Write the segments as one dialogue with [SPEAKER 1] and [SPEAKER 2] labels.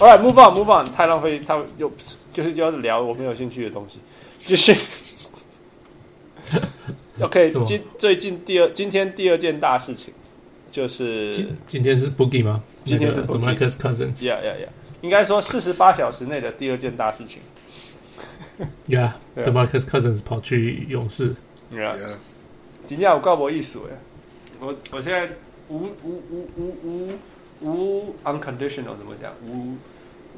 [SPEAKER 1] All right, move on, move on，太浪费，他们又就是又要聊我没有兴趣的东西，就是 OK
[SPEAKER 2] 什么
[SPEAKER 1] 今最近第二今天第二件大事情就是
[SPEAKER 2] 今今天是 Boogie 吗？
[SPEAKER 1] 今天是
[SPEAKER 2] d
[SPEAKER 1] Boogie
[SPEAKER 2] e m a r c u s Cousins。
[SPEAKER 1] Yeah Yeah Yeah，应该说四十八小时内的第二件大事情。对啊
[SPEAKER 2] Yeah，d e m a r c u s Cousins 跑去勇士。
[SPEAKER 1] Yeah，
[SPEAKER 3] Yeah.
[SPEAKER 1] 今天我告博艺术哎，我我现在无无无无无无 unconditional 怎么讲？无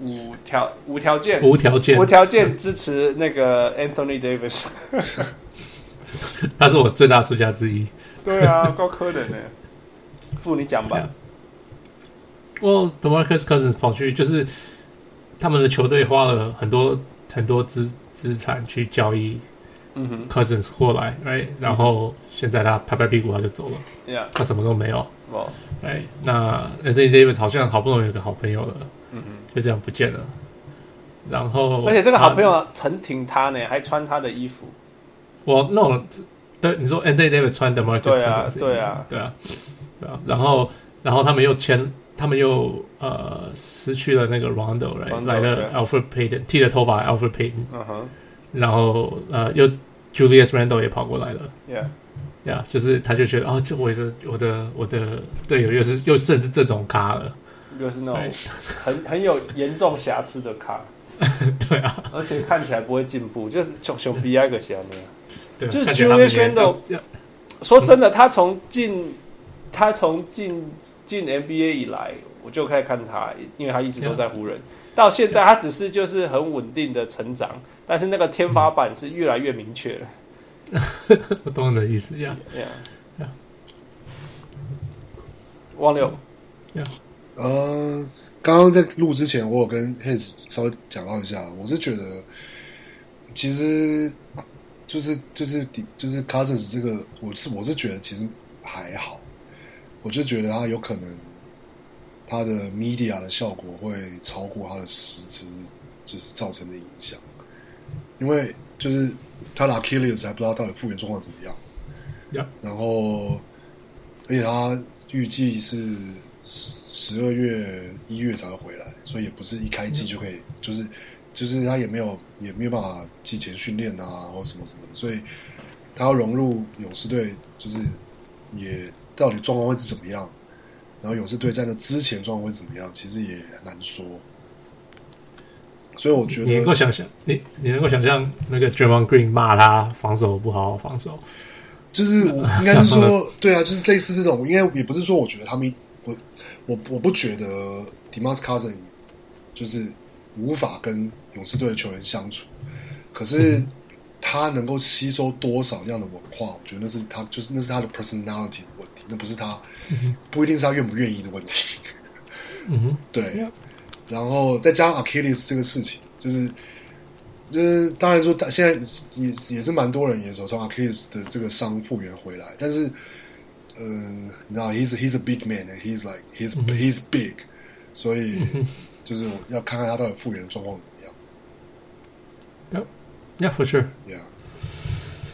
[SPEAKER 1] 无条无条件
[SPEAKER 2] 无条件
[SPEAKER 1] 无，条件支持那个 Anthony Davis。
[SPEAKER 2] 他是我最大输家之一。
[SPEAKER 1] 对啊，高科 的呢。傅，你讲吧。
[SPEAKER 2] Well, DeMarcus Cousins 跑去就是他们的球队花了很多很多资资产去交易
[SPEAKER 1] 嗯哼嗯
[SPEAKER 2] Cousins 过来，right？然后现在他拍拍屁股他就走了，
[SPEAKER 1] ，Yeah，
[SPEAKER 2] 他什么都没有
[SPEAKER 1] 哦，
[SPEAKER 2] ，right？那 Anthony Davis 好像好不容易有个好朋友了，
[SPEAKER 1] 嗯哼。
[SPEAKER 2] 就这样不见了。然后，
[SPEAKER 1] 而且这个好朋
[SPEAKER 2] 啊，
[SPEAKER 1] 友曾挺他呢，还穿他的衣服。
[SPEAKER 2] 我 no，对你说 Anthony Davis 穿 DeMarcus
[SPEAKER 1] 对啊
[SPEAKER 2] Cousins，
[SPEAKER 1] 对啊，
[SPEAKER 2] 对啊，对啊。然后，然后他们又签，他们又呃失去了那个 Rondo，right？
[SPEAKER 1] Rondo，
[SPEAKER 2] 来
[SPEAKER 1] 对
[SPEAKER 2] 了 Alfred Payton，剃了头发 Alfred Payton，
[SPEAKER 1] 嗯哼
[SPEAKER 2] 然后呃又 Julius Randle 也跑过来了。
[SPEAKER 1] ，Yeah，
[SPEAKER 2] 呀、yeah,，就是他就觉得哦，这我的我的我的队友又是又甚至这种咖了，
[SPEAKER 1] 又是那种
[SPEAKER 2] 哎
[SPEAKER 1] 很很有严重瑕疵的 卡，
[SPEAKER 2] 对啊，
[SPEAKER 1] 而且看起来不会进步，就是熊熊逼挨个瞎那样。
[SPEAKER 2] 对啊，
[SPEAKER 1] 就是
[SPEAKER 2] 看起来他们哦
[SPEAKER 1] Julius
[SPEAKER 2] 也
[SPEAKER 1] Randle
[SPEAKER 2] 要
[SPEAKER 1] 说真的，他从进他从进进 NBA 以来，我就开始看他，因为他一直都在湖人。到现在，他只是就是很稳定的成长，但是那个天花板是越来越明确了。
[SPEAKER 2] 要我懂你的意思呀
[SPEAKER 1] Yeah.
[SPEAKER 2] Yeah.
[SPEAKER 1] 汪六，
[SPEAKER 3] 呃，刚刚在录之前，我有跟 His 稍微讲到一下，我是觉得其实就是就是就是 Cousins 这个，我是我是觉得其实还好，我就觉得他有可能他的 media 的效果会超过他的实质，就是造成的影响，因为就是他的 Achilles 还不知道到底复原状况怎么样
[SPEAKER 2] Yeah.
[SPEAKER 3] 然后而且他预计是十十二月一月才会回来，所以也不是一开季就可以，就是就是他也没有也没有办法季前训练啊，或什么什么的，所以他要融入勇士队，就是也到底状况会是怎么样，然后勇士队在那之前状况会是怎么样，其实也很难说。所以我觉
[SPEAKER 2] 你能够
[SPEAKER 3] 得，
[SPEAKER 2] 想象，你你能够想象那个 d r a m o n Green 骂他防守不好好防守，
[SPEAKER 3] 就是我应该是说，对啊，就是类似这种，应该也不是说我觉得他们，我我我不觉得 Dimas Cousin 就是无法跟勇士队的球员相处，可是他能够吸收多少样的文化，我觉得那是他就是那是他的 personality 的问题，那不是他不一定是他愿不愿意的问题。
[SPEAKER 2] 嗯哼，
[SPEAKER 3] 对，然后再加上 Achilles 这个事情，就是就是当然说，大现在也也是蛮多人也手从 Achilles 的这个伤复原回来，但是嗯，你知道 he's he's a big man，he's like he's
[SPEAKER 2] Mm-hmm
[SPEAKER 3] he's big，所以就是我要看看他到底复原的状况怎么样。
[SPEAKER 2] Yeah, for sure.
[SPEAKER 3] Yeah，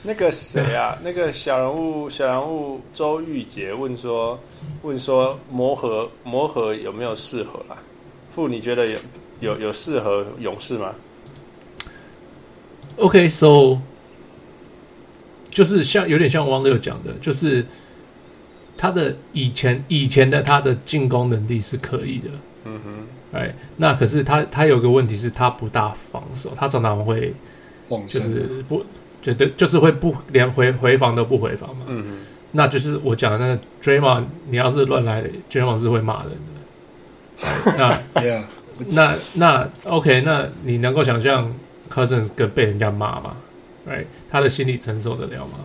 [SPEAKER 1] 那个谁啊，那个小人物小人物周玉杰问说，问说磨合磨合有没有适合啦？傅，你觉得有有有适合勇士吗？
[SPEAKER 2] OK, so 就是像有点像汪六讲的，就是他的以前以前的他的进攻能力是可以的，
[SPEAKER 1] 嗯哼，
[SPEAKER 2] 哎，那可是他他有个问题是他不大防守，他常常会
[SPEAKER 3] 晃
[SPEAKER 2] 就
[SPEAKER 3] 神的，
[SPEAKER 2] 是不绝对就是会不连回回防都不回防嘛，
[SPEAKER 1] 嗯哼。
[SPEAKER 2] 那就是我讲的那个 Draymond，你要是乱来，Draymond 是会骂人的。哎那
[SPEAKER 3] Yeah，
[SPEAKER 2] 那那 OK，那你能够想象 Cousins 跟被人家骂吗？Right，他的心理承受得了吗？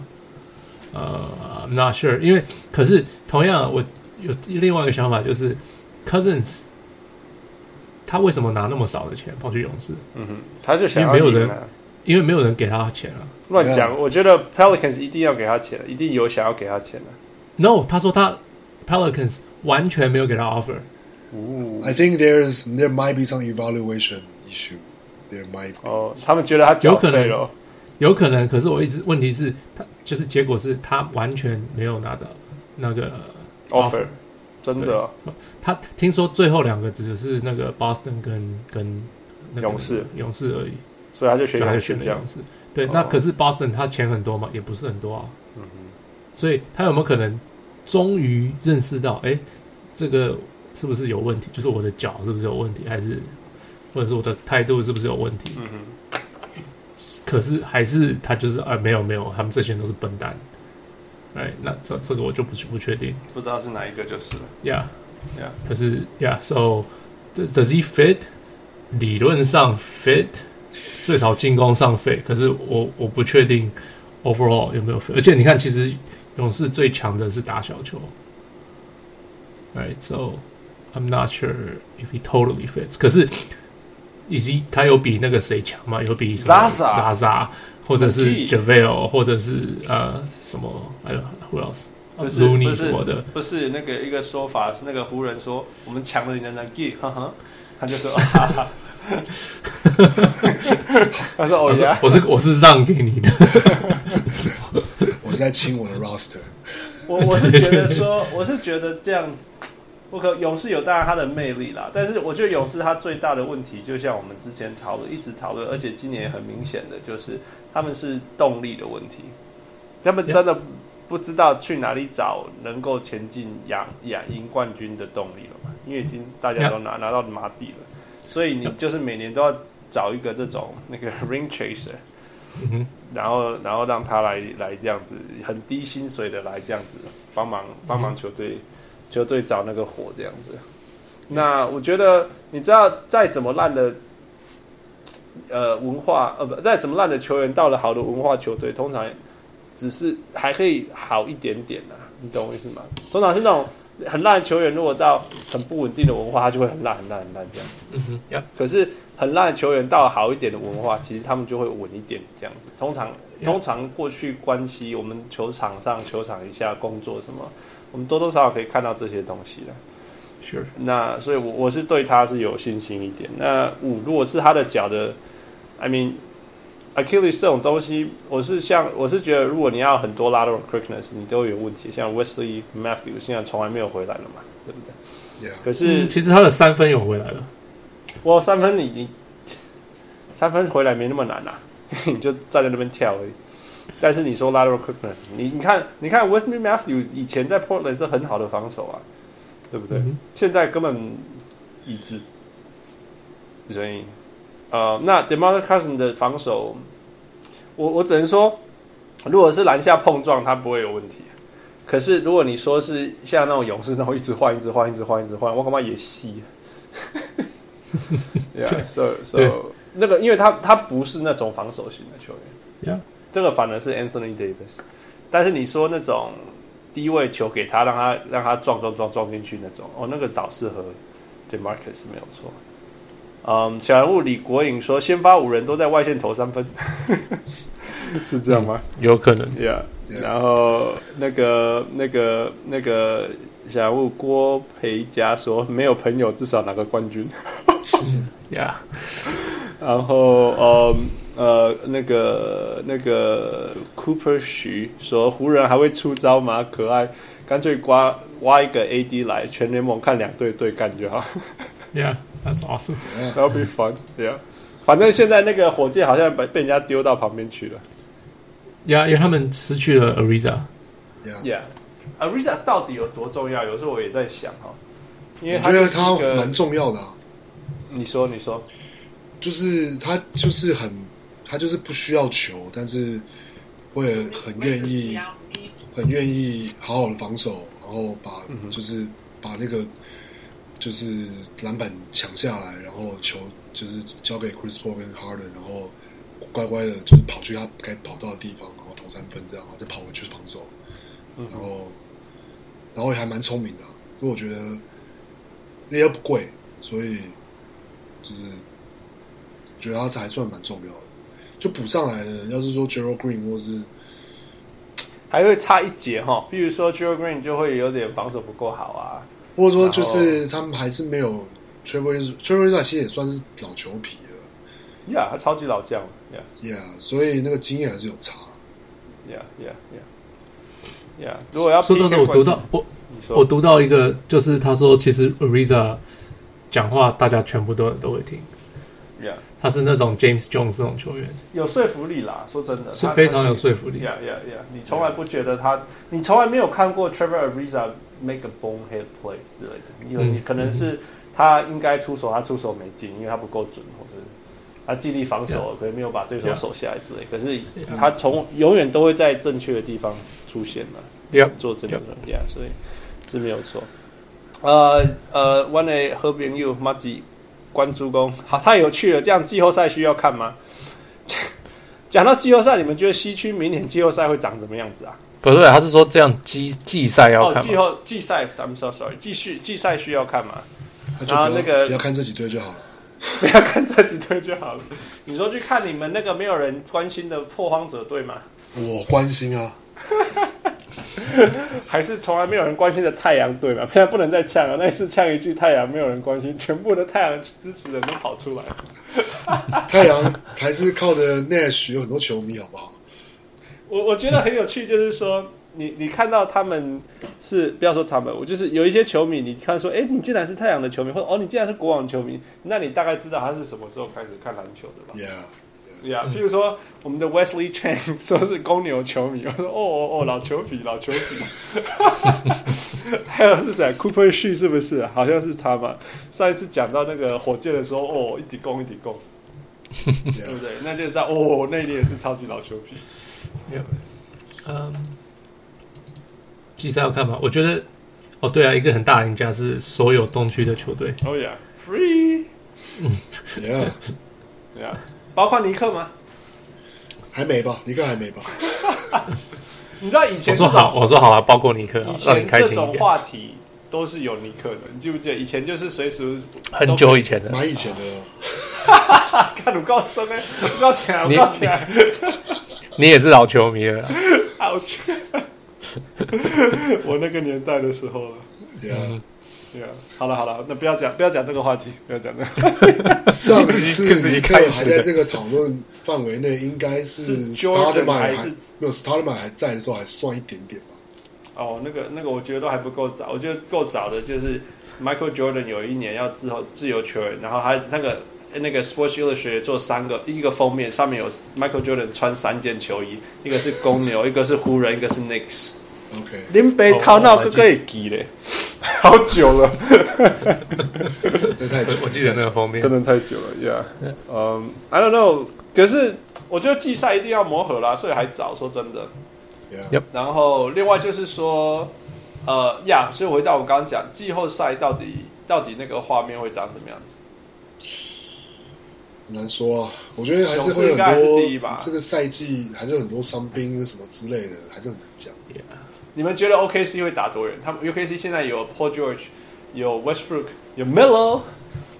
[SPEAKER 2] 呃、i m not sure，因为可是同样，我有另外一个想法，就是 Cousins 他为什么拿那么少的钱跑去勇士？
[SPEAKER 1] 嗯哼，他就想要
[SPEAKER 2] 因为没有
[SPEAKER 1] 赢
[SPEAKER 2] 人
[SPEAKER 1] 啊
[SPEAKER 2] 因为没有人给他钱啊。
[SPEAKER 1] 乱讲。我觉得 Pelicans 一定要给他钱，一定有想要给他钱的。
[SPEAKER 2] No，他说他 Pelicans 完全没有给他 offer。
[SPEAKER 3] I think there's there might be some evaluation issue. There might
[SPEAKER 1] 哦，他们觉得他缴费了。
[SPEAKER 2] 有可能，可是我一直问题是，他就是结果是他完全没有拿到那个
[SPEAKER 1] offer 真
[SPEAKER 2] 对
[SPEAKER 1] 的哦
[SPEAKER 2] 他听说最后两个只是那个 Boston 跟跟那个
[SPEAKER 1] 勇士
[SPEAKER 2] 勇士而已，
[SPEAKER 1] 所以他就选
[SPEAKER 2] 就还
[SPEAKER 1] 勇
[SPEAKER 2] 是
[SPEAKER 1] 士
[SPEAKER 2] 选了
[SPEAKER 1] 这样
[SPEAKER 2] 勇。士。对，
[SPEAKER 1] 哦
[SPEAKER 2] 那可是 Boston 他钱很多嘛，也不是很多啊，
[SPEAKER 1] 嗯哼，
[SPEAKER 2] 所以他有没有可能终于认识到，哎、这个是不是有问题？就是我的脚是不是有问题，还是或者是我的态度是不是有问题？
[SPEAKER 1] 嗯哼，
[SPEAKER 2] 可是还是他就是啊，没有没有，他们这些人都是笨蛋。哎，那这这个我就不不确定
[SPEAKER 1] 不知道是哪一个就是了。
[SPEAKER 2] ，Yeah
[SPEAKER 1] Yeah
[SPEAKER 2] 可是 Yeah，so does does he fit？理论上 fit，最少进攻上 fit，可是我我不确定 overall 有没有 fit。而且你看，其实勇士最强的是打小球，Right？So I'm not sure if he totally fits。可是以及他有比那个谁强吗？有比
[SPEAKER 1] Zaza
[SPEAKER 2] 扎扎，或者是
[SPEAKER 1] Matisse
[SPEAKER 2] JaVale，或者是呃什么？I don't know who else。
[SPEAKER 1] 不是
[SPEAKER 2] Looney
[SPEAKER 1] 不是
[SPEAKER 2] 什么的，
[SPEAKER 1] 不是那个一个说法是那个湖人说我们抢了你的 Nagi，哈 哈，他就说， 哈哈他说
[SPEAKER 2] 我
[SPEAKER 1] 哦
[SPEAKER 2] 是
[SPEAKER 1] 呀，
[SPEAKER 2] 我是我是让给你 的，
[SPEAKER 3] 我是在清我的 roster。
[SPEAKER 1] 我我是觉得说，我是觉得这样子，我可勇士有当然他的魅力啦，但是我觉得勇士他最大的问题，就像我们之前讨论一直讨论，而且今年也很明显的就是他们是动力的问题，他们真的不知道去哪里找能够前进亚亚赢冠军的动力了嘛，因为已经大家都拿拿到麻痹了，所以你就是每年都要找一个这种那个 ring chaser。
[SPEAKER 2] 嗯哼。
[SPEAKER 1] 然后然后让他来来这样子很低薪水的来这样子帮忙帮忙球队、球队找那个火这样子。那我觉得你知道再怎么烂的呃文化呃不再怎么烂的球员到了好的文化球队，通常只是还可以好一点点啊，你懂我意思吗？通常是那种很烂的球员，如果到很不稳定的文化，他就会很烂很烂很烂这样。
[SPEAKER 2] 嗯哼，Yeah，
[SPEAKER 1] 可是很烂的球员到好一点的文化，其实他们就会稳一点这样子。通常
[SPEAKER 2] Yeah.
[SPEAKER 1] 通常过去关系，我们球场上、球场以下工作什么，我们多多少少可以看到这些东西的。
[SPEAKER 2] sure，
[SPEAKER 1] 那所以我，我是对他是有信心一点。那五，如果是他的脚的，I mean。Achilles 这种东西，我是像我是觉得，如果你要很多 lateral quickness，你都有问题。像 Wesley Matthews 现在从来没有回来了嘛，对不对？
[SPEAKER 3] Yeah，
[SPEAKER 1] 可是、
[SPEAKER 4] 嗯
[SPEAKER 2] 其实他的三分有回来了，
[SPEAKER 1] 我三分你你三分回来没那么难啊， 你就站在那边跳而已。但是你说 lateral quickness，你你看你看 With Me Matthews 以前在 Portland 是很好的防守啊，对不对？
[SPEAKER 2] 嗯
[SPEAKER 1] 现在根本一致。所以，呃，那 Demar Cousin 的防守，我我只能说，如果是篮下碰撞，他不会有问题。可是如果你说是像那种勇士那种一直换、一直换、一直换、一直换，我恐怕也细。yeah, so so
[SPEAKER 2] 对
[SPEAKER 1] 那个，因为他他不是那种防守型的球员。
[SPEAKER 2] 哼，Yeah，
[SPEAKER 1] 这个反而是 Anthony Davis。但是你说那种低位球给他，让他让他撞撞撞撞进去那种，哦，那个倒适合 Demarcus 没有错。嗯，小人物李国颖说，先发五人都在外线投三分，是这样吗、
[SPEAKER 2] 有可能
[SPEAKER 1] y e a h
[SPEAKER 3] Yeah
[SPEAKER 1] 然后那个那个那个小人物郭培佳说，没有朋友至少拿个冠军。
[SPEAKER 2] ，Yeah，
[SPEAKER 1] 然后呃呃，那个那个 Cooper 徐说，湖人还会出招吗？可爱，干脆刮挖一个 AD 来，全联盟看两队对干就 好
[SPEAKER 2] Yeah, that's awesome.
[SPEAKER 1] ，That'll be fun，对啊。反正现在那个火箭好像被被人家丢到旁边去了。
[SPEAKER 2] Yeah，因为他们失去了 Ariza。
[SPEAKER 3] Yeah，
[SPEAKER 1] Yeah，Ariza 到底有多重要？有时候我也在想哈、哦，因为
[SPEAKER 3] 我
[SPEAKER 1] 他
[SPEAKER 3] 觉
[SPEAKER 1] 就
[SPEAKER 3] 得
[SPEAKER 1] 是一
[SPEAKER 3] 他
[SPEAKER 1] 个，
[SPEAKER 3] 蛮重要的啊，
[SPEAKER 1] 你说你说，
[SPEAKER 3] 就是他就是很他就是不需要球，但是会很愿意很愿意好好的防守，然后把
[SPEAKER 1] 嗯哼
[SPEAKER 3] 就是把那个就是篮板抢下来，然后球就是交给 Chris Paul 跟 Harden，然后乖乖的就是跑去他该跑到的地方，然后投三分这样，然后再跑回去防守。
[SPEAKER 1] 嗯
[SPEAKER 3] 然后然后也还蛮聪明的、啊，所以我觉得那也不贵，所以就是觉得他还算蛮重要的。就补上来的，要是说 Gerald Green 或是
[SPEAKER 1] 还会差一截哈、哦。比如说 j e r e Green 就会有点防守不够好啊，
[SPEAKER 3] 或者说就是他们还是没有 Trevor Trevor 其实也算是老球皮了
[SPEAKER 1] 呀、yeah,，他超级老将呀。Yeah.
[SPEAKER 3] ，Yeah，所以那个经验还是有差。
[SPEAKER 1] Yeah, yeah, yeah, yeah. 如果要
[SPEAKER 2] 说到
[SPEAKER 1] 拼
[SPEAKER 2] 这，
[SPEAKER 1] 一
[SPEAKER 2] 我
[SPEAKER 1] 个
[SPEAKER 2] 读
[SPEAKER 1] 冠
[SPEAKER 2] 到我
[SPEAKER 1] 你
[SPEAKER 2] 我
[SPEAKER 1] 说
[SPEAKER 2] 读到一个，就是他说，其实 Ariza 讲话，大家全部都都会听。
[SPEAKER 1] ，Yeah，
[SPEAKER 2] 他是那种 James Jones 那种球员，
[SPEAKER 1] 有说服力啦。说真的，
[SPEAKER 2] 是
[SPEAKER 1] 他
[SPEAKER 2] 非常有说服力。
[SPEAKER 1] Yeah, yeah, yeah. 你从来不觉得他，你从来没有看过 Trevor Ariza make a bonehead play 之类的。你有，
[SPEAKER 2] 嗯
[SPEAKER 1] 你可能是他应该出手，他出手没进，因为他不够准，或者是他尽力防守，可能没有把对手
[SPEAKER 2] Yeah.
[SPEAKER 1] 守下来之类。可是他从永远都会在正确的地方出现嘛。
[SPEAKER 2] Yep.
[SPEAKER 1] 做这两种 y 所以是没有错。呃呃，One A 和平 U 马吉关猪公，好，太有趣了。这样季后赛需要看吗？ 讲到季后赛，你们觉得西区明年季后赛会长什么样子啊？
[SPEAKER 4] 不是，他是说这样季季赛要
[SPEAKER 1] 哦，
[SPEAKER 4] 看
[SPEAKER 1] 季
[SPEAKER 4] 吗？
[SPEAKER 1] 后季赛，I'm so sorry，继续季赛需要看吗？
[SPEAKER 3] 那就
[SPEAKER 1] 然后
[SPEAKER 3] 不要
[SPEAKER 1] 那个
[SPEAKER 3] 不要看这几队就好了。
[SPEAKER 1] 不要看这几队就好了。你说去看你们那个没有人关心的破荒者队吗？
[SPEAKER 3] 我关心啊，
[SPEAKER 1] 还是从来没有人关心的太阳队嘛？现在 不能再呛啊了，那一次呛一句太阳没有人关心，全部的太阳支持人都跑出来了。
[SPEAKER 3] 太阳还是靠着 Nash 有很多球迷，好不好？
[SPEAKER 1] 我我觉得很有趣，就是说，你你看到他们是不要说他们，我就是有一些球迷，你看说，哎、你竟然是太阳的球迷，或者哦，你竟然是国王球迷，那你大概知道他是什么时候开始看篮球的吧？
[SPEAKER 3] Yeah，
[SPEAKER 1] 对啊，譬如说我们的 Wesley Chen 说是公牛球迷，我说哦哦哦，老球皮，老球皮。 还有是谁？Cooper Shee 是不是？好像是他嘛。上一次讲到那个火箭的时候，哦，一底攻一底攻，对
[SPEAKER 3] yeah
[SPEAKER 1] 不对？那就知道哦，那一定也是超级老球皮。
[SPEAKER 2] 嗯，季赛要看吗？我觉得，哦，对啊，一个很大的赢家是所有东区的球队。
[SPEAKER 1] Oh yeah，free。
[SPEAKER 3] yeah，
[SPEAKER 1] 对啊，包括尼克吗？
[SPEAKER 3] 还没吧？尼克还没吧？
[SPEAKER 1] 你知道以前
[SPEAKER 4] 我说
[SPEAKER 1] 这种
[SPEAKER 4] 好，我说好啊，包括尼克啊
[SPEAKER 1] 以，
[SPEAKER 4] 让你
[SPEAKER 1] 前
[SPEAKER 4] 开
[SPEAKER 1] 这
[SPEAKER 4] 心一
[SPEAKER 1] 种
[SPEAKER 4] 点。
[SPEAKER 1] 话题都是有尼克的，你记不记得？以前就是随时
[SPEAKER 4] 很久以前的，
[SPEAKER 3] 蛮以前的了。
[SPEAKER 1] 啊，看鲁高升哎，鲁高田，鲁
[SPEAKER 4] 你
[SPEAKER 1] 高田，
[SPEAKER 4] 你也是老球迷了啦。
[SPEAKER 1] 好去。 我那个年代的时候了，
[SPEAKER 3] Yeah，
[SPEAKER 1] 对啊，好了好了，那不要讲不要讲这个话题，不要讲这个，
[SPEAKER 3] 上一
[SPEAKER 4] 自
[SPEAKER 3] 次
[SPEAKER 4] 己
[SPEAKER 3] 尼克
[SPEAKER 4] 开始
[SPEAKER 3] 还
[SPEAKER 4] 的
[SPEAKER 3] 在这个讨论范围内，应该
[SPEAKER 1] 是
[SPEAKER 3] 是
[SPEAKER 1] Jordan
[SPEAKER 3] Starman
[SPEAKER 1] 还
[SPEAKER 3] 还
[SPEAKER 1] 是
[SPEAKER 3] 没有 Starman 还在的时候还算一点点吧。
[SPEAKER 1] 哦，那个那个，我觉得都还不够早。我觉得够早的就是 Michael Jordan 有一年要自由自由球员，然后他那个那个 Sports Illustrated 做三个，一个封面上面有 Michael Jordan 穿三件球衣，一个是公 牛，一个是湖人，一个是 Knicks。
[SPEAKER 3] OK，
[SPEAKER 1] 林北头脑哥哥也记嘞，好久了，
[SPEAKER 3] 这太久了，
[SPEAKER 4] 我记得那个封面
[SPEAKER 1] 真，的太久了，Yeah，嗯、i don't know，可是我觉得季赛一定要磨合啦，所以还早，说真的。
[SPEAKER 3] Yeah，
[SPEAKER 4] Yep
[SPEAKER 1] 然后另外就是说，呃呀，所以回到我刚刚讲季后赛到底到底那个画面会长什么样子？
[SPEAKER 3] 很难说啊。我觉得还是
[SPEAKER 1] 勇士
[SPEAKER 3] 会
[SPEAKER 1] 应该还是第一
[SPEAKER 3] 很
[SPEAKER 1] 吧
[SPEAKER 3] 多这个赛季还是很多伤兵什么之类的，还是很难讲。
[SPEAKER 1] 你们觉得 OKC 会打多远？他们 OKC 现在有 Paul George，有 Westbrook，有 Melo，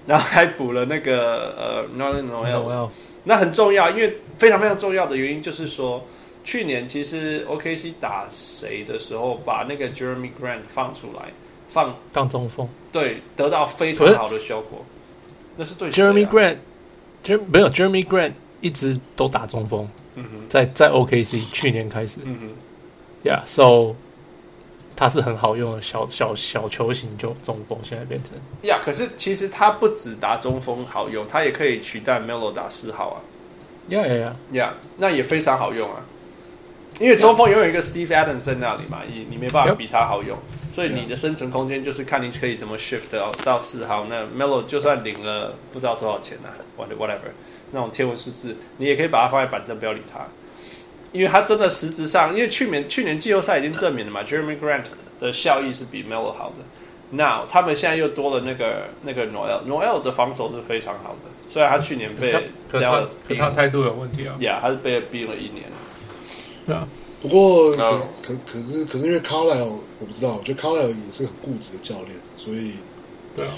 [SPEAKER 1] 然后还补了那个呃 n o l a n Noel，那很重要，因为非常非常重要的原因就是说，去年其实 OKC 打谁的时候，把那个 Jeremy Grant 放出来，放
[SPEAKER 4] 当中锋
[SPEAKER 1] 对得到非常
[SPEAKER 4] 不是
[SPEAKER 1] 好的效果，那是对谁啊
[SPEAKER 4] ，Jeremy Grant，Jer 没有 Jeremy Grant 一直都打中锋，
[SPEAKER 1] 嗯哼，
[SPEAKER 4] 在在 OKC 去年开始
[SPEAKER 1] 嗯哼。
[SPEAKER 4] ，Yeah，so 他是很好用的小小小球型就中锋，现在变成
[SPEAKER 1] 呀可是其实他不只打中锋好用，他也可以取代 Melo 打四号啊，
[SPEAKER 4] Yeah Yeah，
[SPEAKER 1] 呀、那也非常好用啊。因为中锋永远有一个 Steve Adams 在那里嘛，你你没办法
[SPEAKER 4] Yep
[SPEAKER 1] 比他好用，所以
[SPEAKER 3] Yeah
[SPEAKER 1] 你的生存空间就是看你可以怎么 shift 到到四号。那 Melo 就算领了不知道多少钱啊，what-，whatever 那种天文数字，你也可以把它放在板凳，不要理他，因为他真的实质上，因为去年去年季后赛已经证明了嘛，Jeremy Grant 的效益是比 Melo 好的。Now 他们现在又多了那个那个 Noel，Noel 的防守是非常好的，虽然他去年被
[SPEAKER 2] 可他
[SPEAKER 1] Dallas
[SPEAKER 2] 可
[SPEAKER 1] 逼
[SPEAKER 2] 他态度有问题啊。
[SPEAKER 1] 呀，他是被逼了一年。
[SPEAKER 2] 对啊，
[SPEAKER 3] 不过可、
[SPEAKER 1] 哦
[SPEAKER 3] 可可是可是因为 Carlisle 我不知道，我觉得 Carlisle 也是很固执的教练，所以
[SPEAKER 2] 对啊，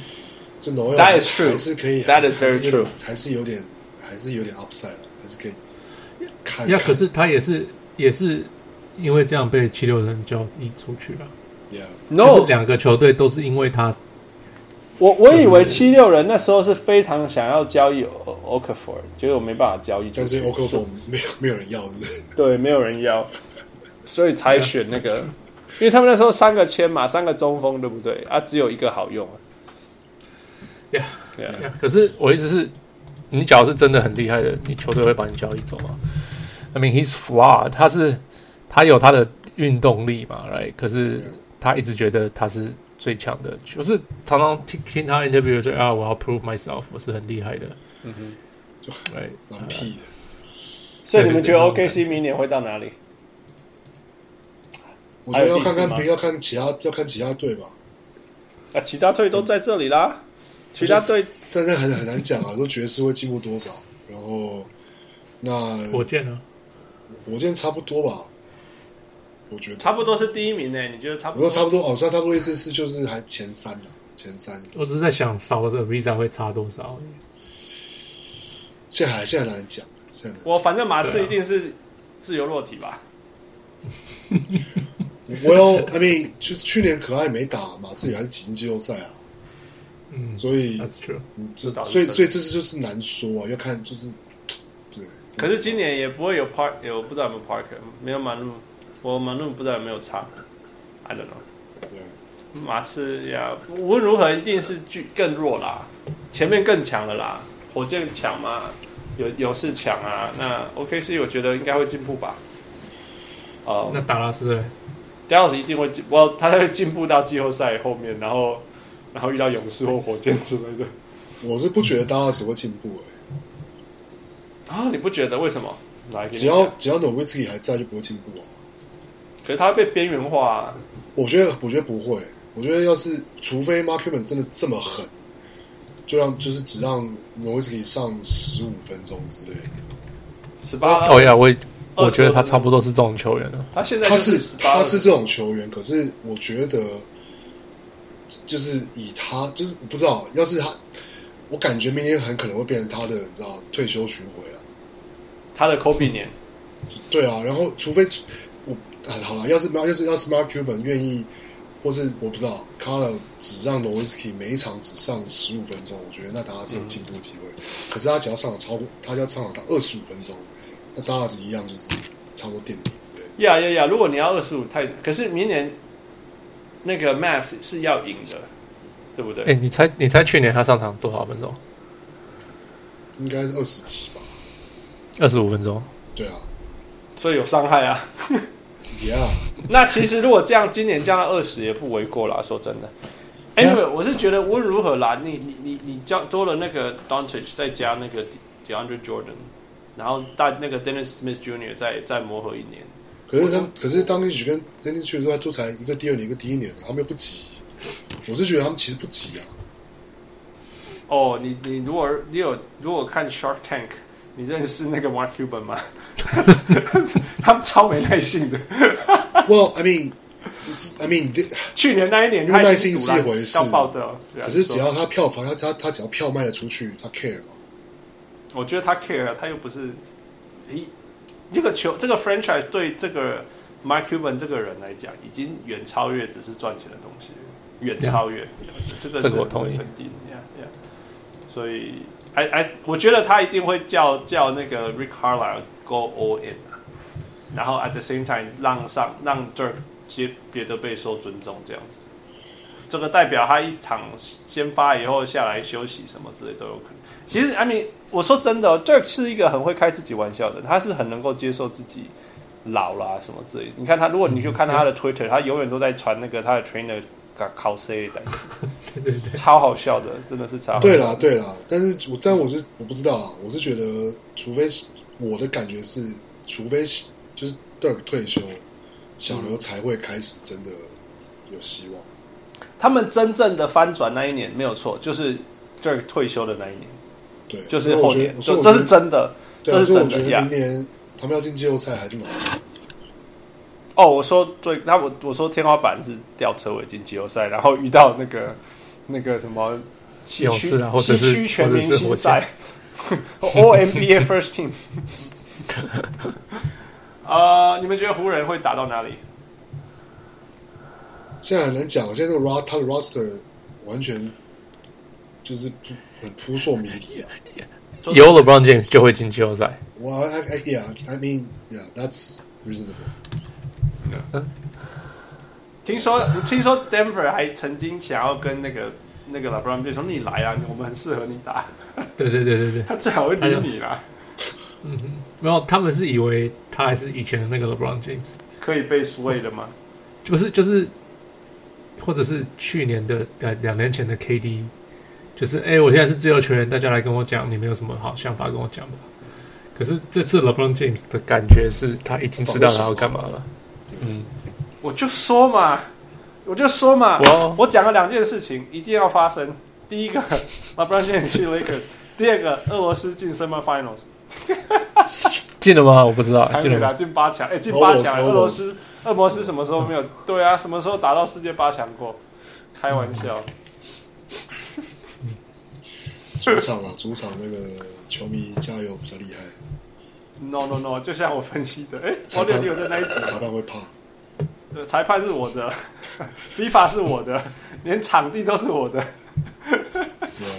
[SPEAKER 3] 就 Noel
[SPEAKER 1] That is
[SPEAKER 3] 还
[SPEAKER 1] true.
[SPEAKER 3] 还是可以
[SPEAKER 1] That is very
[SPEAKER 3] 还是有点
[SPEAKER 1] true.
[SPEAKER 3] 还是有点还是有点 upside，还是可以
[SPEAKER 4] 哎
[SPEAKER 3] 看。
[SPEAKER 2] 呀，
[SPEAKER 3] 看
[SPEAKER 2] 可是他也是也是因为这样被七六人交易出去
[SPEAKER 4] 啊
[SPEAKER 2] 了。
[SPEAKER 3] yeah，
[SPEAKER 2] 就是两个球队都是因为他
[SPEAKER 1] 我我以为
[SPEAKER 2] 就是
[SPEAKER 1] 七六人那时候是非常想要交易 o k f o r d 结果没办法交易出
[SPEAKER 3] 但
[SPEAKER 1] 去，
[SPEAKER 3] 是 Okafor 没有没有人要，对不对？
[SPEAKER 1] 对，没有人要，所以才选那个因为他们那时候三个签嘛，三个中锋对不对？啊，只有一个好用啊。
[SPEAKER 2] Yeah.
[SPEAKER 1] 对啊，
[SPEAKER 2] Yeah.
[SPEAKER 4] 可是我一直是，你假如是真的很厉害的，你球队会把你交易走吗？I mean he's flawed，他是他有他的运动力嘛，right？可是他一直觉得他是最强的，就是常常听听他 interview 就啊，我要 prove myself，我是很厉害的
[SPEAKER 1] 嗯哼。
[SPEAKER 4] ，right？
[SPEAKER 3] 蛮屁的。
[SPEAKER 1] 所以你们觉得
[SPEAKER 4] 对对对
[SPEAKER 1] OKC 明年会到哪里？
[SPEAKER 3] 我觉
[SPEAKER 1] 还
[SPEAKER 3] 得
[SPEAKER 1] 有
[SPEAKER 3] 要
[SPEAKER 1] 第四
[SPEAKER 3] 看看
[SPEAKER 1] 吗
[SPEAKER 3] 别要看其他要看其他队吧，
[SPEAKER 1] 啊，其他队都在这里啦。其他队
[SPEAKER 3] 但是很很难讲啊，说爵士会进步多少，然后那
[SPEAKER 2] 火箭呢？
[SPEAKER 3] 火箭差不多吧，我觉得
[SPEAKER 1] 差不多是第一名呢，你觉得差
[SPEAKER 3] 我
[SPEAKER 1] 不
[SPEAKER 3] 说
[SPEAKER 1] 多？
[SPEAKER 3] 差不多哦，算差不多意思是就是还前三了，前三
[SPEAKER 2] 我只是在想少了这个 Visa 会差多少而已。
[SPEAKER 3] 现在还现在很难讲，现在很难
[SPEAKER 1] 我反正马
[SPEAKER 2] 对
[SPEAKER 1] 刺
[SPEAKER 2] 啊
[SPEAKER 1] 一定是自由落体吧。
[SPEAKER 3] Well, I mean，就是去年可爱没打嘛，自己还是挤进季后赛啊，
[SPEAKER 2] 嗯
[SPEAKER 3] 所以
[SPEAKER 2] ，That's true。
[SPEAKER 3] 这
[SPEAKER 1] 啊这倒是
[SPEAKER 3] 所以
[SPEAKER 1] 真的
[SPEAKER 3] 所以这次就是难说啊，要看就是对。
[SPEAKER 1] 可是今年也不会有 Park，有不知道有没有 Parker，没有马路，我马路不知道有没有差，I don't know。
[SPEAKER 3] 对
[SPEAKER 1] 马刺呀，无论如何一定是巨更弱啦，前面更强了啦，火箭强嘛，有有是强啊，那 OKC 我觉得应该会进步吧。哦、
[SPEAKER 2] 那达拉斯嘞？
[SPEAKER 1] Dallas 一定会进，我他会进步到季后赛后面，然后然后遇到勇士或火箭之类的。
[SPEAKER 3] 我是不觉得达拉斯会进步欸诶、
[SPEAKER 1] 啊，你不觉得为什么？来，给你
[SPEAKER 3] 只要
[SPEAKER 1] 讲
[SPEAKER 3] 只要努维茨基还在就不会进步啊。
[SPEAKER 1] 可是他会被边缘化、啊，
[SPEAKER 3] 我觉得我觉得不会，我觉得要是除非 Mark m a n 真的这么狠，就让就是只让努维茨基上十五分钟之类的。
[SPEAKER 1] 十八
[SPEAKER 4] 哦呀，我也我觉得他
[SPEAKER 1] 22
[SPEAKER 4] 差不多是这种球员了。
[SPEAKER 1] 他现在就
[SPEAKER 3] 他是
[SPEAKER 1] 18
[SPEAKER 3] 他是这种球员，可是我觉得，就是以他就是不知道，要是他，我感觉明年很可能会变成他的，你知道退休巡回啊，
[SPEAKER 1] 他的 Kobe 年，
[SPEAKER 3] 对啊，然后除非我、啊、好了，要是要是要是 Mark Cuban 愿意，或是我不知道 c a r l 只让 Nowitzki 每一场只上十五分钟，我觉得那达拉斯有进步机会。可是他只要上了超过，他要上了到二十五分钟，那达拉斯一样就是差不多垫底之类的。
[SPEAKER 1] 呀呀呀！如果你要二十五太，可是明年那个 Maps 是要赢的，对不对？
[SPEAKER 4] 哎，你猜你猜去年他上场多少分钟？
[SPEAKER 3] 应该是二十几吧？
[SPEAKER 4] 二十五分钟。
[SPEAKER 3] 对啊
[SPEAKER 1] 所以有伤害啊。
[SPEAKER 3] ，Yeah。
[SPEAKER 1] 那其实如果这样，今年降到二十也不为过啦。说真的，Anyway，我
[SPEAKER 4] 啊
[SPEAKER 1] 是觉得无论如何啦，你你你你加多了那个 d o n t a g e 再加那个 De- DeAndre Jordan，然后大那个 Dennis Smith Jr. 再再磨合一年，
[SPEAKER 3] 可是他，可是当一局跟跟进去的时候，都才一个第二年，一个第一年的，他们又不急。我是觉得他们其实不急啊。
[SPEAKER 1] 哦，你你如果你有如果看 Shark Tank，你认识那个 Mark Cuban 吗？ 他们超没耐性的。
[SPEAKER 3] Well, I mean, I mean, the-
[SPEAKER 1] 去年那一年
[SPEAKER 3] 因为
[SPEAKER 1] 他
[SPEAKER 3] 耐
[SPEAKER 1] 已
[SPEAKER 3] 心
[SPEAKER 1] 经
[SPEAKER 3] 是
[SPEAKER 1] 堵了
[SPEAKER 3] 一回事
[SPEAKER 1] 到爆掉了。对啊
[SPEAKER 3] 可是
[SPEAKER 1] 说
[SPEAKER 3] 只要他票房，他他他只要票卖得出去，他 care 嘛。
[SPEAKER 1] 我觉得他 care，啊他又不是一这个球这个 franchise 对这个 Mark Cuban 这个人来讲，已经远超越只是赚钱的东西，远超越这个是
[SPEAKER 4] 这个我同意
[SPEAKER 1] 肯定，yeah, yeah. 所以，哎哎，我觉得他一定会叫叫那个 Rick Carlisle go all in，啊然后 at the same time 让上让这儿接别的被受尊重这样子。这个代表他一场先发以后下来休息什么之类都有可能。其实，I mean，我说真的、哦、，Dirk 是一个很会开自己玩笑的人，他是很能够接受自己老啦什么之类的。你看他，如果你就看他的 Twitter，他永远都在传那个他的 trainer 搞考 C 的，
[SPEAKER 2] 对对对，
[SPEAKER 1] 超好笑的，真的是超好笑
[SPEAKER 3] 对啦，对啦，但是我但我是我不知道啊，我是觉得，除非我的感觉是，除非就是 Dirk 退休，小
[SPEAKER 1] 嗯
[SPEAKER 3] 刘才会开始真的有希望。
[SPEAKER 1] 他们真正的翻转那一年没有错，就是 Dirk 退休的那一年，
[SPEAKER 3] 对，啊
[SPEAKER 1] 就是
[SPEAKER 3] 所以我
[SPEAKER 1] 后
[SPEAKER 3] 觉
[SPEAKER 1] 年，
[SPEAKER 3] 得，所
[SPEAKER 1] 就
[SPEAKER 3] 以我
[SPEAKER 1] 这
[SPEAKER 3] 觉
[SPEAKER 1] 是
[SPEAKER 3] 得
[SPEAKER 1] 真的。
[SPEAKER 3] 对啊，
[SPEAKER 1] 这是
[SPEAKER 3] 所以
[SPEAKER 1] 真
[SPEAKER 3] 我觉
[SPEAKER 1] 的
[SPEAKER 3] 得
[SPEAKER 1] 呀
[SPEAKER 3] 明年他们要进季后赛还是蛮难的。
[SPEAKER 1] 哦，我说最，那我我说天花板是吊车尾进季后赛，然后遇到那个那个什么西
[SPEAKER 4] 勇
[SPEAKER 1] 区
[SPEAKER 4] 士啊或者
[SPEAKER 1] 西
[SPEAKER 4] 是
[SPEAKER 1] 区全明
[SPEAKER 4] 或者是
[SPEAKER 1] 星
[SPEAKER 4] 火
[SPEAKER 1] 赛，O M B A First Team。呃，你们觉得湖人会打到哪里？
[SPEAKER 3] 现在很难讲，啊现在这个 r 他的 roster 完全就是扑很扑朔迷离啊。
[SPEAKER 1] 就是
[SPEAKER 4] 有 LeBron James 就会进季后赛。
[SPEAKER 3] 我 I, I yeah I mean yeah that's reasonable。
[SPEAKER 1] 听说听说 Denver 还曾经想要跟那个那个 LeBron 就说你来啊，我们很适合你打，
[SPEAKER 2] 对对对对对，
[SPEAKER 1] 他最好
[SPEAKER 4] 哎
[SPEAKER 1] 会理你啦，
[SPEAKER 2] 嗯哼，然后他们是以为他还是以前的那个 LeBron James，
[SPEAKER 1] 可以被 sway 的吗？
[SPEAKER 2] 不是就是，或者是去年的呃两年前的 KD，就是哎、我现在是自由球员，大家来跟我讲，你们有什么好想法跟我讲吧。可是这次 LeBron James
[SPEAKER 4] 的感觉是他已经知道他要干嘛了。嗯，
[SPEAKER 1] 我就说嘛，我就说嘛，
[SPEAKER 4] 我
[SPEAKER 1] 我讲了两件事情一定要发生，第一个 LeBron James 去 Lakers，第二个俄罗斯进 Summer Finals，
[SPEAKER 4] 进了吗？我不知道，
[SPEAKER 1] 还
[SPEAKER 4] 进
[SPEAKER 1] 没
[SPEAKER 4] 了
[SPEAKER 1] 打
[SPEAKER 4] 吗？
[SPEAKER 1] 进八强，哎、进
[SPEAKER 3] 啊俄
[SPEAKER 1] 八
[SPEAKER 3] 罗斯
[SPEAKER 1] 强，
[SPEAKER 3] 俄
[SPEAKER 1] 俄罗
[SPEAKER 3] 罗
[SPEAKER 1] 斯俄罗斯什么时候没有？对啊，什么时候打到世界八强过？开玩笑，
[SPEAKER 3] 主场啊，主场那个球迷加油比较厉害，
[SPEAKER 1] No no no，就像我分析的，哎、
[SPEAKER 3] 嗯裁
[SPEAKER 1] 王
[SPEAKER 3] 判
[SPEAKER 1] 六你有在那一集？
[SPEAKER 3] 裁判会怕。
[SPEAKER 1] 对，裁判是我的，FIFA 是我的，连场地都是我的。
[SPEAKER 3] 对啊，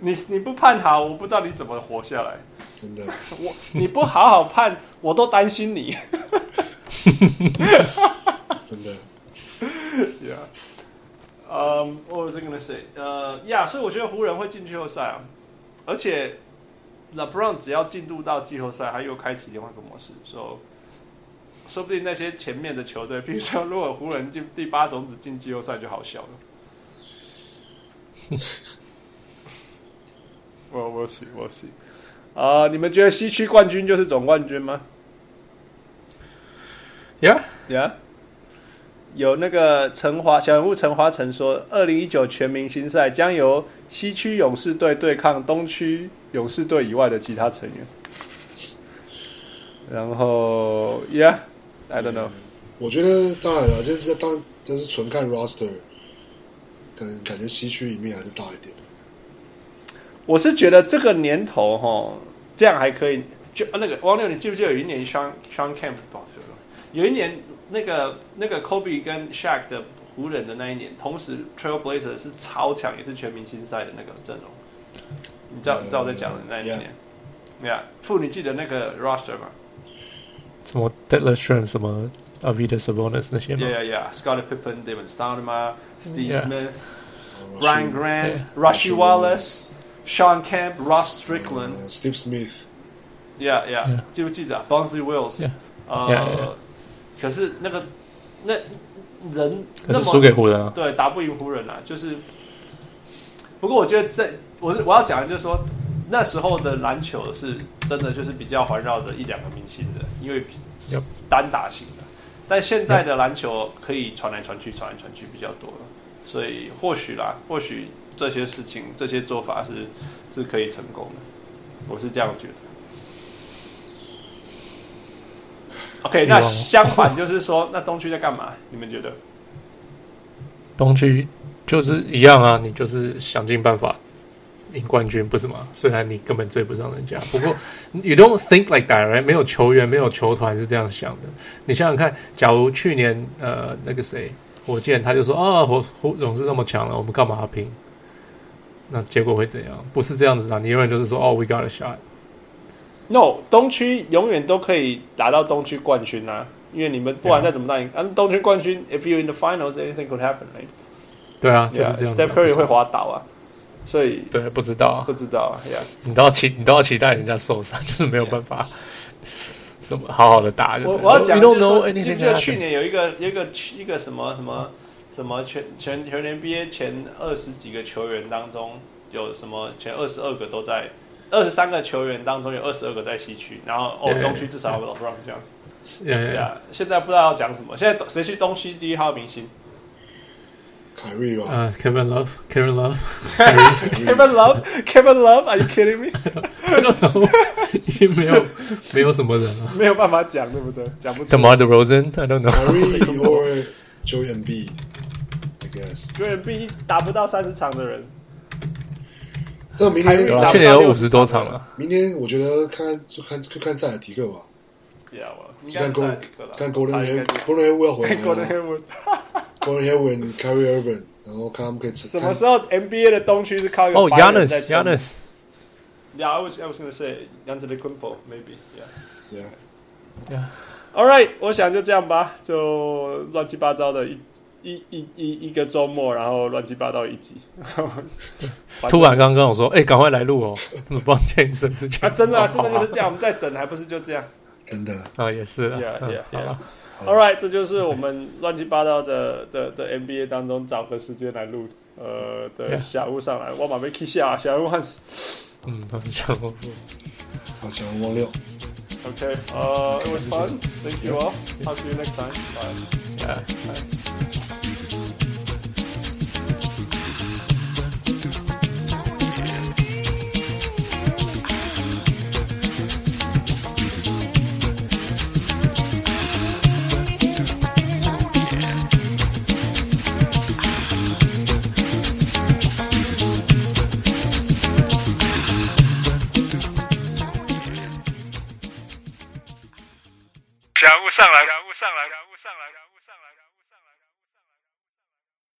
[SPEAKER 1] 你你不判好，我不知道你怎么活下来。
[SPEAKER 3] 真的，
[SPEAKER 1] 我你不好好判，我都担心你。
[SPEAKER 3] 真的，
[SPEAKER 1] yeah. Um, what was I gonna say? 呃、yeah，所以我觉得湖人会进季后赛啊，而且 LeBron 只要进入到季后赛，他又开启另外一个模式，说、so, 说不定那些前面的球队，比如说如果湖人进第八种子进季后赛就好笑了。我我 see 我 see 啊、你们觉得西区冠军就是总冠军吗？
[SPEAKER 2] ，Yeah，
[SPEAKER 1] Yeah，有那个陈华小人物陈华成说，二零一九全明星赛将由西区勇士队对抗东区勇士队以外的其他成员。然后，Yeah，I don't know，
[SPEAKER 3] 我觉得当然了，就是当就是纯看 roster，可能感觉西区一面还是大一点。
[SPEAKER 1] 我是觉得这个年头哈，这样还可以。就啊那个王六，你记不记得有一年 Sean Sean Camp 不好说了有一年那个那个 Kobe 跟 Shaq 的湖人的那一年，同时 Trailblazer 是超强，也是全明星赛的那个阵容。你知道你知道我在讲的那一年？对啊，傅，你记得那个 roster 吗
[SPEAKER 4] 什么 d e l a s h r a m 什么 Avita Sabonis 那些吗
[SPEAKER 1] ？Yeah, yeah, yeah. Scottie Pippen, David Stoudemire, Steve
[SPEAKER 4] Yeah.
[SPEAKER 1] Smith,
[SPEAKER 3] 呃
[SPEAKER 1] Brian
[SPEAKER 3] Rasheed-
[SPEAKER 1] Grant,
[SPEAKER 3] Rasheed
[SPEAKER 1] Rushy Wallace, Sean Camp, Ross Strickland.
[SPEAKER 3] 呃 Steve Smith，
[SPEAKER 1] Yeah, yeah，,
[SPEAKER 4] Yeah.
[SPEAKER 1] 记不记得、啊、Bouncy Wills？
[SPEAKER 4] Yeah.
[SPEAKER 1] 呃
[SPEAKER 4] Yeah, yeah, yeah.
[SPEAKER 1] 可是那个那人
[SPEAKER 4] 可
[SPEAKER 1] 那
[SPEAKER 4] 是
[SPEAKER 1] 么
[SPEAKER 4] 输给湖人
[SPEAKER 2] 嗯
[SPEAKER 4] 啊。
[SPEAKER 1] 对打不赢湖人啊，就是。不过我觉得这我是我要讲的就是说，那时候的篮球是真的就是比较环绕着一两个明星的，因为
[SPEAKER 4] Yep.
[SPEAKER 1] 单打型的。但现在的篮球可以传来传去，传来传去比较多了，所以或许啦，或许这些事情这些做法是是可以成功的，我是这样觉得。OK，
[SPEAKER 4] 希
[SPEAKER 1] 那
[SPEAKER 4] 望
[SPEAKER 1] 相反就是说，那东区在干嘛？你们觉得？
[SPEAKER 4] 东区就是一样啊，你就是想尽办法赢冠军，不是吗？虽然你根本追不上人家，不过 you don't think like that，right？没有球员，没有球团是这样想的。你想想看，假如去年呃那个谁火箭他就说啊火火勇士那么强了，我们干嘛要拼？那结果会怎样？不是这样子的，你永远就是说哦，we got a shot。
[SPEAKER 1] No，东区永远都可以打到东区冠军啊，因为你们不管再怎么打赢，啊，东区冠军，if you in the finals，anything could happen、right?。
[SPEAKER 4] 对啊，就是这样子啊。
[SPEAKER 1] Yeah，Steph
[SPEAKER 4] 不
[SPEAKER 1] Curry 会
[SPEAKER 4] 是吗
[SPEAKER 1] 滑倒啊，所以
[SPEAKER 4] 对，不知道啊
[SPEAKER 1] 不，知道啊，Yeah，
[SPEAKER 4] 你都要期，你都要期待人家受伤， 就是没有办法什么好好的打就对
[SPEAKER 1] 我
[SPEAKER 4] 了。
[SPEAKER 1] 我要讲
[SPEAKER 4] We
[SPEAKER 1] 就
[SPEAKER 4] don't
[SPEAKER 1] 是
[SPEAKER 4] know
[SPEAKER 1] 说，记
[SPEAKER 4] anything
[SPEAKER 1] 不记得
[SPEAKER 4] that
[SPEAKER 1] 去
[SPEAKER 4] happened
[SPEAKER 1] 年有一个有一个一个什么什么什么全全全 NBA 前二十几个球员当中，有什么前二十二个都在，二十三个球员当中有二十二个在西区，然后哦
[SPEAKER 4] Yeah，
[SPEAKER 1] 东区至少有 LeBron 这样子。
[SPEAKER 2] yeah,
[SPEAKER 1] y
[SPEAKER 2] yeah, yeah.
[SPEAKER 1] e 现在不知道要讲什么，现在谁去东区第一号明星？
[SPEAKER 3] 凯瑞吧，
[SPEAKER 2] 呃、k e v i n Love, Kevin Love,
[SPEAKER 3] 凯瑞
[SPEAKER 1] Kevin Love, Kevin Love, are you kidding me？
[SPEAKER 2] I don't know，已经没有没有什么人了。
[SPEAKER 1] 没有办法讲，对不对？讲不出。
[SPEAKER 4] DeMar DeRozan，I don't know。
[SPEAKER 3] Curry or Joe and B，I guess。
[SPEAKER 1] Joel B 打不到三十场的人，
[SPEAKER 3] 那明
[SPEAKER 1] 凯瑞
[SPEAKER 3] 年
[SPEAKER 1] 打
[SPEAKER 4] 去年有五十多场了，
[SPEAKER 3] 明年我觉得看就看就看塞尔提克吧，
[SPEAKER 1] 对啊，我应
[SPEAKER 3] 就
[SPEAKER 1] 该是
[SPEAKER 3] 看 Golden
[SPEAKER 1] 在一个了。
[SPEAKER 3] 看 Golden
[SPEAKER 1] 他应该
[SPEAKER 3] Hair
[SPEAKER 1] 是
[SPEAKER 3] Golden Hair 要回来
[SPEAKER 1] 看 Golden
[SPEAKER 3] 啊
[SPEAKER 1] Hayward。
[SPEAKER 3] ，Golden Hair win Kyrie Irving，然后看他们可以
[SPEAKER 1] 什
[SPEAKER 3] 成
[SPEAKER 1] 么
[SPEAKER 3] 看
[SPEAKER 1] 时候 NBA 的东区是靠一个
[SPEAKER 4] 哦
[SPEAKER 1] 白人在撑
[SPEAKER 4] ，Yanis，Yanis，
[SPEAKER 1] Yeah, I was I was gonna say Antetokounmpo maybe. Yeah.
[SPEAKER 3] yeah
[SPEAKER 1] All right，我想就这样吧，就乱七八糟的一一一一一个周末，然后乱七八糟一集，
[SPEAKER 2] 突然刚刚跟我说，哎、赶快来录 哦，怎么帮建生事情
[SPEAKER 1] 啊，真的、啊、真的就是这样，我们在等，还不是就这样
[SPEAKER 3] 真的
[SPEAKER 4] 哦
[SPEAKER 2] 啊，也是啊
[SPEAKER 1] Yeah,
[SPEAKER 2] 嗯
[SPEAKER 1] yeah,
[SPEAKER 2] 好了
[SPEAKER 1] a l right，这就是我们乱七八糟的的的 NBA 当中找个时间来录，呃的
[SPEAKER 2] Yeah
[SPEAKER 1] 小屋上来，我把被 k 下，小屋汉斯
[SPEAKER 2] 嗯， 好像
[SPEAKER 3] 好，小龙忘六。
[SPEAKER 1] ，OK，呃、i t was fun，thank you all，I'll see you next time，bye。
[SPEAKER 2] 哎。
[SPEAKER 5] 小屋上来，小屋上来，小屋上来，小屋上来，小屋上来。